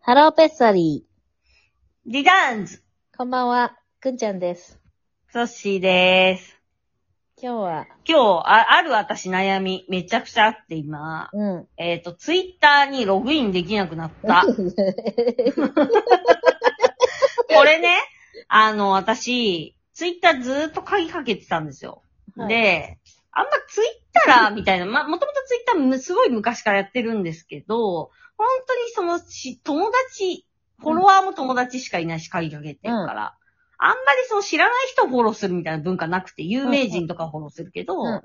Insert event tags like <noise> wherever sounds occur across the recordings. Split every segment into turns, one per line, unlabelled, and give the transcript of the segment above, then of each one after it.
ハローペッサリ
リターンズ
ー。こんばんは、くんちゃんです。
ソッシーです。
今日は、
今日、あある私悩み、めちゃくちゃあって今、
うん。
えっ、と、ツイッターにログインできなくなった。
<laughs>
これね、あの、私、ツイッターずーっと鍵かけてたんですよ。
はい
で、あんまツイッターみたいな、まあ、もともとツイッターむすごい昔からやってるんですけど、本当にそのし、友達、フォロワーも友達しかいないし、鍵かけてるから、あんまりその知らない人をフォローするみたいな文化なくて、有名人とかフォローするけど、
うんうんうんう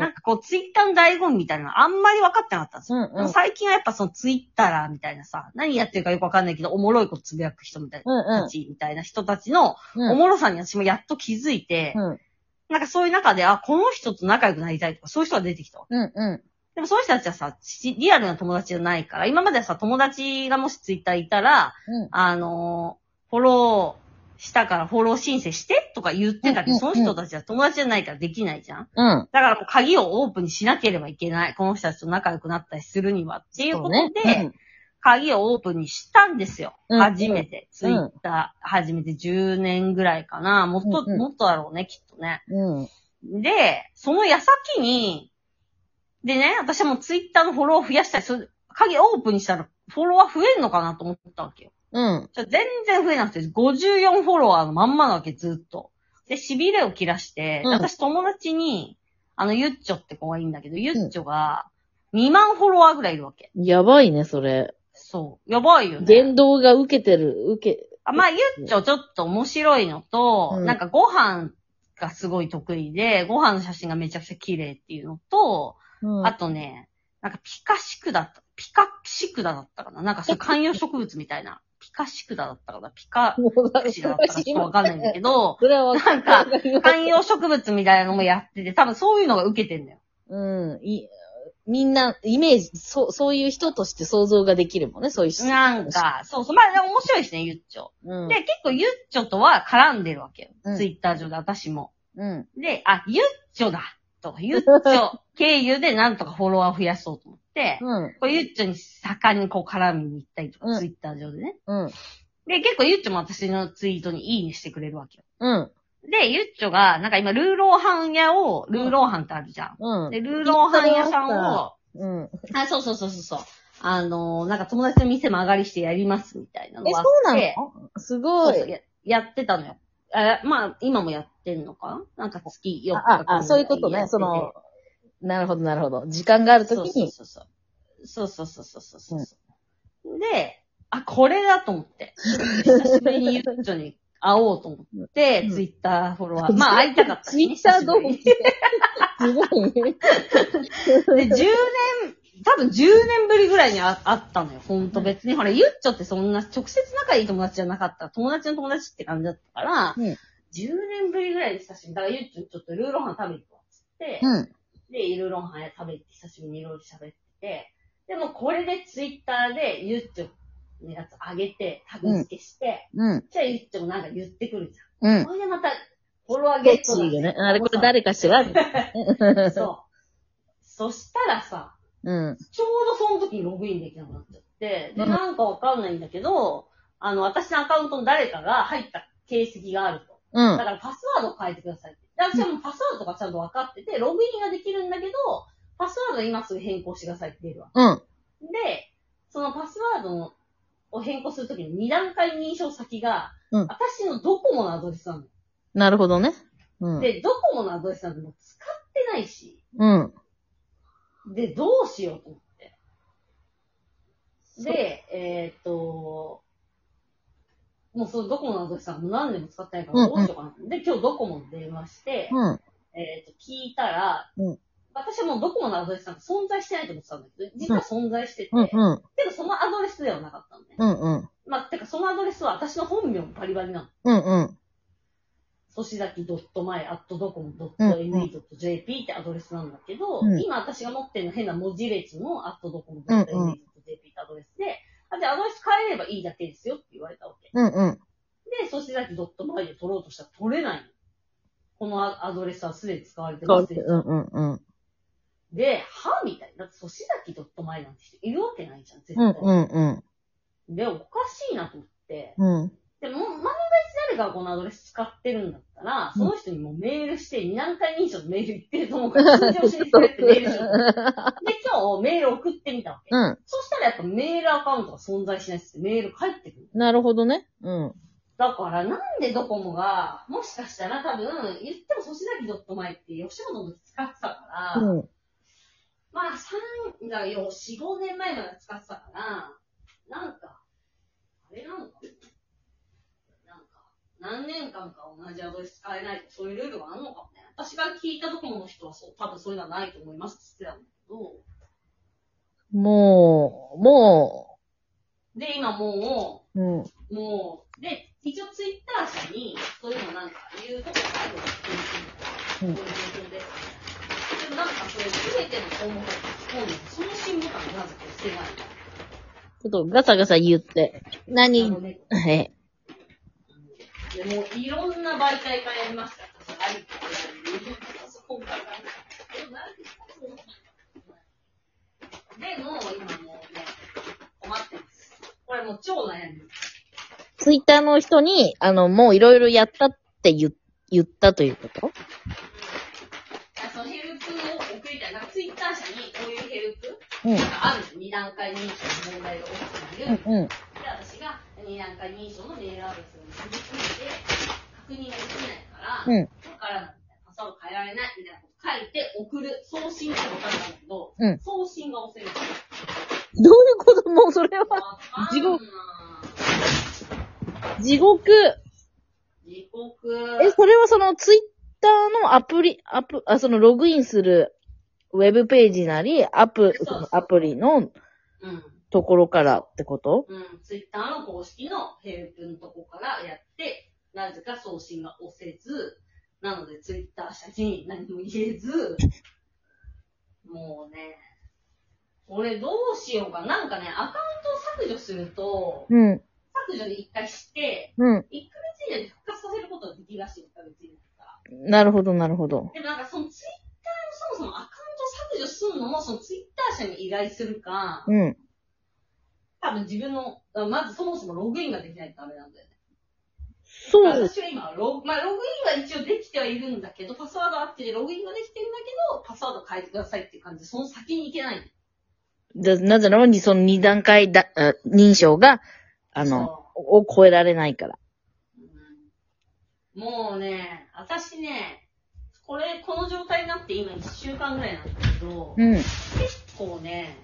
なん
ん。
かこうツイッターの醍醐味みたいなのあんまり分かってなかったんですよ。
うん
で
う
も
ん。
最近はやっぱそのツイッターみたいなさ、何やってるかよくわかんないけど、おもろいことつぶやく人みたいな。
うん
たちみたいな人たちの
うん。
おもろさに私もやっと気づいて、
うん
なんかそういう中で、あ、この人と仲良くなりたいとか、そういう人が出てきたわ。
うんう
でもそういう人たちはさ、しリアルな友達じゃないから、今まではさ、友達がもしツイッターいたら、
ん。うん。
あのーフォローしたからフォロー申請してとか言ってたけ
うんうんう
ど、
ん
その人たちは友達じゃないからできないじゃん。
うん。
だからこう鍵をオープンにしなければいけない。この人たちと仲良くなったりするにはっていう
そ
こ
う
と
ね
で、鍵をオープンにしたんですよ。
うん
初めて。ツ
う
イ
ん
ッター、初めて10年ぐらいかな。もっと、
うんうん
もっとだろうね、きっとね。
うん。うん。
で、その矢先に、でね、私はもうツイッターのフォロワー増やしたりする。鍵オープンにしたら、フォロワー増えんのかなと思ったわけよ。
うん。
じゃ全然増えなくて、54フォロワーのまんまなわけ、ずっと。で、痺れを切らして、
うん
私友達に、あの、ゆっちょって子がいいんだけど、ゆっちょが、2万フォロワーぐらいいるわけ。
やばいね、それ。
そう。やばいよね。
言動が受けてる、受け、
あまあ、ゆっちょちょっと面白いのと、
うん
なんかご飯がすごい得意で、ご飯の写真がめちゃくちゃ綺麗っていうのと、
うん
あとね、なんかピカシクダだった、ピカシクダだったかななんかそういう観葉植物みたいな、ピカシクダだったかなピカ
もうなんか
クシダだったかちょっとわかんないんだけど、
それはわかんない
観葉植物みたいなのもやってて、多分そういうのが受けてんだよ。
うん。い、みんな、イメージ、そう、そういう人として想像ができるもんね、そういう人。
なんか、そうそう、まあ面白いしね、ゆっちょ。
うん。
で、結構ゆっちょとは絡んでるわけよ。
うん
ツイッター上で私も。
うん。
で、あ、ゆっちょだと、ゆっち
<laughs>
ょ経由でなんとかフォロワーを増やそうと思って、
うん。
こうゆっちょに盛んにこう絡みに行ったりとか、
うん
ツイッター上でね。
うん。
で、結構ゆっちょも私のツイートにいいねしてくれるわけよ。
うん。
で、ゆっちょが、なんか今、ルーローハン屋を、ルーローハンってあるじゃん。
うん。
で、ルーローハン屋さんを、
うん。
あ、そうそうそうそうそう。あのーなんか友達の店も上がりしてやりますみたいなの
え、
が
そ
あっ
うな
て
のすご
そうそう
い。
ややってたのよ。あまあ、今もやってんのかななんか月4日
あ
間、
あ、そういうこと
やっ
ね。
てて
その、なるほど、なるほど。時間があると
そう
きに。
そうそうそう。そうそうそうそうそうそう、で、あ、これだと思って。久しぶりにゆっちょに会おうと思って、
うん
ツイッターフォロワー。まあ、会いたかったし
ツイ
ね。
ッターどう
久し
すごいね。
ぶりにで、10年、多分10年ぶりぐらいにあ会ったのよ。ほんと別に。ほら、ゆっちょってそんな直接仲いい友達じゃなかった。友達の友達って感じだったから、
うん
10年ぶりぐらいに久しぶり。だからゆっちょにちょっとルーローハン食べに行こうっつって、
うん。
で、いろいろはや食べて、久しぶりにいろいろ喋って、でもこれでツイッターで、ゆっちょのやつ上げて、タグ付けして、
うん。
じゃあゆっちょもなんか言ってくるじゃ
うん
ん。。それでまた、フォロワー
ケ
ゲ
ッ
ット
チ
だ
ーよね。あれこれ誰かしらみたいなね
そう。そしたらさ、
うん。
ちょうどその時にログインできなくなっちゃって、で、
うん
なんかわかんないんだけど、あの、私のアカウントの誰かが入った形跡があると。
う
だ
ん。
からパスワード変えてくださいって。で私はもうパスワードとかちゃんと分かってて、ログインができるんだけど、パスワード今すぐ変更してくださいって出るわ。
うん。
で、そのパスワードを変更するときに2段階認証先が、
うん
私のドコモのアドレスなの。
なるほどね。うん。
で、ドコモのアドレスなんてもう使ってないし、
うん。
で、どうしようと思って。で、えーっと、もうそのドコモのアドレスなんてもう何年も使ってないからどうしようかな。で、今日ドコモに電話して、
うん。
えっ、と、聞いたら、
うん
私はもうドコモのアドレスなんか存在してないと思ってたんだけど、実は存在してて、
うん。うん。
でもそのアドレスではなかったのね。
うん。うん。
まあ、てかそのアドレスは私の本名もバリバリなの。
うん。うん。
そしざき .my.docomo.ne.jp ってアドレスなんだけど、
うん
今私が持ってるの変な文字列も .docomo.ne.jp って
うんうん
アドレスで、あ、じゃあアドレス変えればいいだけですよって言われたわけ。
うん。うん。
で、そしざき .my で取ろうとしたら取れないの。このアドレスはすでに使われてますって
うん。うん。
で、はみたいな。だって、そしざきドット前なんて人いるわけないじゃん、絶
うん。
対。
うん。うん。
で、おかしいなと思って。
うん。
でも、万が一誰がこのアドレス使ってるんだったら、その人にもうメールして、二段階認証のメール言ってると
<laughs>
思うから、緊張してるってメールしよう。で、今日メール送ってみたわけ。
うん。
そしたらやっぱメールアカウントが存在しないっつってメール返ってくる。
なるほどね。うん。
だからなんでドコモが、もしかしたら多分、言っても粗品ドット前って吉本の時使ってたから、
うん。
まあ3だよ、4、5年前まで使ってたから、なんか、あれなのかななんか、何年間か同じアドレス使えないとかそういうルールがあるのかもね。私が聞いたドコモの人はそう、多分そういうのはないと思いますって言ってたんだけど、
もう、も
で、今もう、
う、うん。
もう、で、一応ツイッター社に、そういうのなんか言うことがあるわけ
うん
ですよ。こういう状況で。でもなんかそれ全ての項目を書き込んで、その新ボタンなぜか押せない。
ちょっとガサガサ言って。
あ
何
のね、
え、
でもういろんな媒体からやりました。私、ありからやり、パソコンからやり。でもなんででも、今もうね、困ってます。これもう超悩み。
ツイッターの人に、あの、もういろいろやったって言言ったということ
そのヘルプを送りたい。なんかツイッター社にこういうヘルプ
うん
なんかある二段階認証の問題が起きている。で、
うん。
私が二段階認証のメールアドレスを結びついて、確認ができないから、
うん
だからなんだよパスワード変えられないみたいなこと書いて送る送信ってボタンなんだけど、
うん
送信が押せる。
どういうこともうそれは、
わかんない
地獄。地獄。
地獄。
え、それはそのツイッターのアプリ、アプ、あ、そのログインするウェブページなり、アプ、
そう
そのアプリの
うん。
ところからってこと
うん。ツイッターの公式のヘルプのとこからやって、なぜか送信が押せず、なのでツイッター社に何も言えず、もうね、俺どうしようか。なんかね、アカウントを削除すると、
うん、
削除で一回して、
うん。
1ヶ月以内で復活させることができるらしい、1ヶ月以内だったら。
なるほど、なるほど。
でもなんかそのツイッターのそもそもアカウントを削除するのも、そのツイッター社に依頼するか、
うん。
多分自分の、あまずそもそもログインができないとダメなんだよね。
そう。
私は今ロ、まあ、ログインは一応できてはいるんだけど、パスワードあってログインができてるんだけど、パスワード変えてくださいっていう感じで、その先に行けない。
じゃなぜなら、その二段階だ、あ認証が、あの、
そ
を超えられないから。
う、うんもうね、私ね、これ、この状態になって今1週間ぐらいなんだけど、
うん。
結構ね、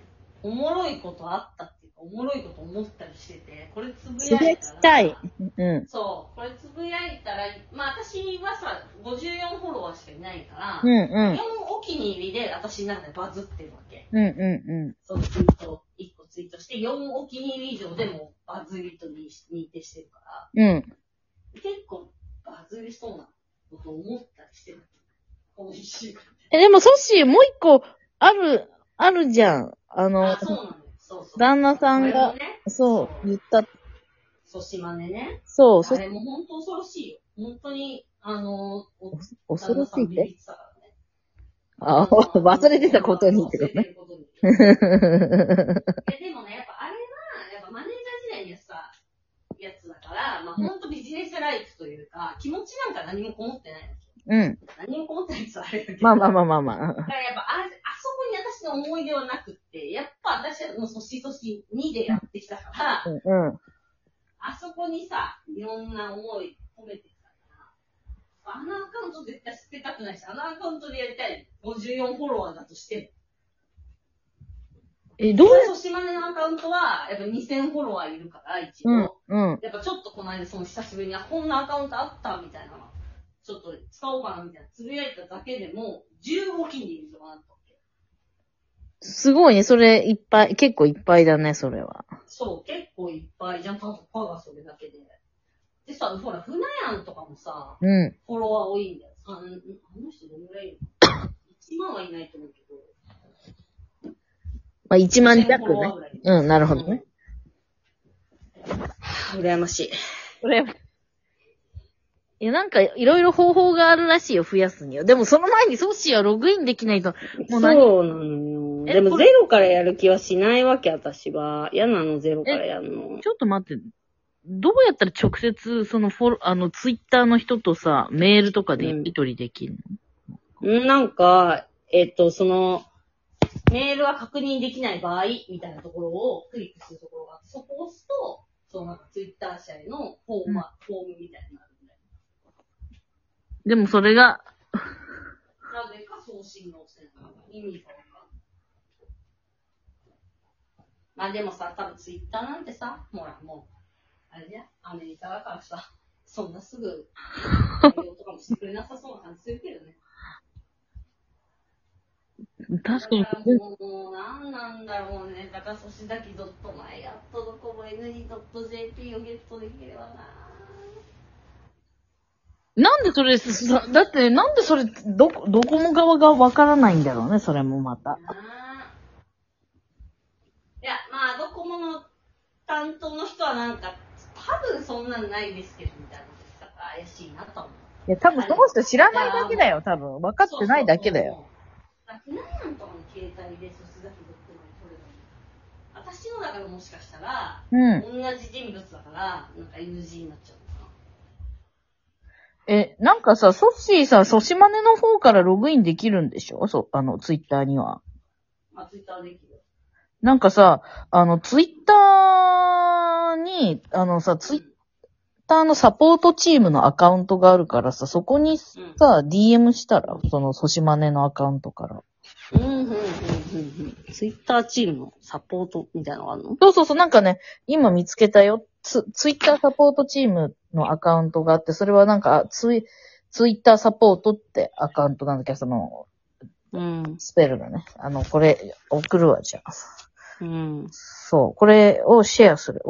おもろいことあったっていうか、おもろいこと思ったりしてて、これつぶ
つぶや
やい
き
たら。
たい。う
そう、これつぶやいたら、まあ私はさ、54フォロワーしかいないから、
ん。うん、うん。
4お気に入りで私の中でバズってるわけ。
うん、うん、う
そのツイート、1個ツイートして、4お気に入り以上でもうバズりと認定してるか
ん。うん。
ら、結構バズりそうなこと思ったりしてる。この1週間。
え、でも、ソッシー、もう一個、ある、あるじゃん。あの
あ、、そうなんだよ。そうそう。
旦那さん
こ
が、
れもね、
そう、言った。
ソシマネね。
そう、
あ
そ、
れも本当恐ろしいよ。本当に、あの、お
恐ろしいって。
てたからね。
あ、忘れてたことにってことね。
忘れてたことに
うん
え、でもね、やっぱあれは、やっぱマネージャー時代にやってたやつだから、まあ
うん
ほんとビジネスライフというか、気持ちなんか何もこもってないわけ。
うん。
何もこもってないやつはあれだけど。
まあまあ
だ
まあまあまあ。
からやっぱあ、あそこに私の思い出はなくって、やっぱ私はもう年々2でやってきたから、
うん。うん
あそこにさ、いろんな思い込めてきたから、あのアカウント絶対捨てたくないし、あのアカウントでやりたい。54フォロワーだとしても。
え、どう
俺、ソシマネのアカウントは、やっぱ2000フォロワーいるから、一応。
うん、うん。
やっぱちょっとこの間、その久しぶりに、あ、こんなアカウントあったみたいなの、ちょっと使おうかなみたいな、つぶやいただけでも、15気に入りとかなったわけ。
すごいね、それいっぱい、結構いっぱいだね、それは。
そう、結構いっぱいじゃん、パパがそれだけで。でさ、ほら、船やんとかもさ、
うん。
フォロワー多いんだよ。三あの人どんぐらいいるの ?1 万はいないと思うけど。
まあ、1万
1000フォ
弱
ロ
ね。
ワーぐらいいる。
うん、なるほどね。
うん。羨ましい。
これは。いや、なんか、いろいろ方法があるらしいよ、増やすには。でも、その前にソッシーはログインできないと、もう何
そうなのよ。
え
でも
こ
ゼ
れ
ロからやる気はしないわけ、私は。嫌なの、ゼロからやるの。
ちょっと待って、どうやったら直接、そのフォロー、あの、ツイッターの人とさ、メールとかでやり取りできるの、
んなんか、えっと、その、メールは確認できない場合、みたいなところをクリックするところがあって、そこを押すと、そのなんかツイッター社へのフォーム、フォームみたいになるんで。
でもそれが、
なぜか送信が押せない。意味がわかんない。まあでもさ、多分ツイッターなんてさ、ほらもう、あれじゃん、アメリカだからさ、そんなすぐ、対応とかもしてくれなさそうな感じするけどね。
確かに
だ、らもう、なんなんだろうね。だから、そしだき .my やっとどこも NE.jp をゲットできればな。
なんでそれ、さだってなんでそれ、どこ、どこも側がわからないんだろうね、それもまた。
なあいや、まあ、ドコモの担当の人はなんか、多分そんなんないですけど、みたいなこと言ってたから怪しいなと思う。
いや、多分その人知らないだけだよ、多分。分かってないだけだよ。
そうそうそう。だってなんなんとかの携帯で、そしだき .my 取ればいい。私のだからもしかしたら、
うん。
同じ人物だから、なんか NG になっちゃうのかな。
え、なんかさ、ソッシーさ、ソシマネの方からログインできるんでしょそう、あの、ツイッターには。
まあ、ツイッターできる。
なんかさ、あの、ツイッターに、あのさ、ツイッターのサポートチームのアカウントがあるからさ、そこにさ、DM したら、その、ソシマネのアカウントから。
うん、うん、うん、うん、うん。ツイッターチームのサポートみたいなのがあるの
そうそうそう、なんかね、今見つけたよ。ツツイッターサポートチームのアカウントがあって、それはなんか、ツイ、ツイッターサポートってアカウントなんだけど、その、
うん、
スペルがね。あの、これ、送るわ、じゃあ。
うん。
そう、これをシェアする。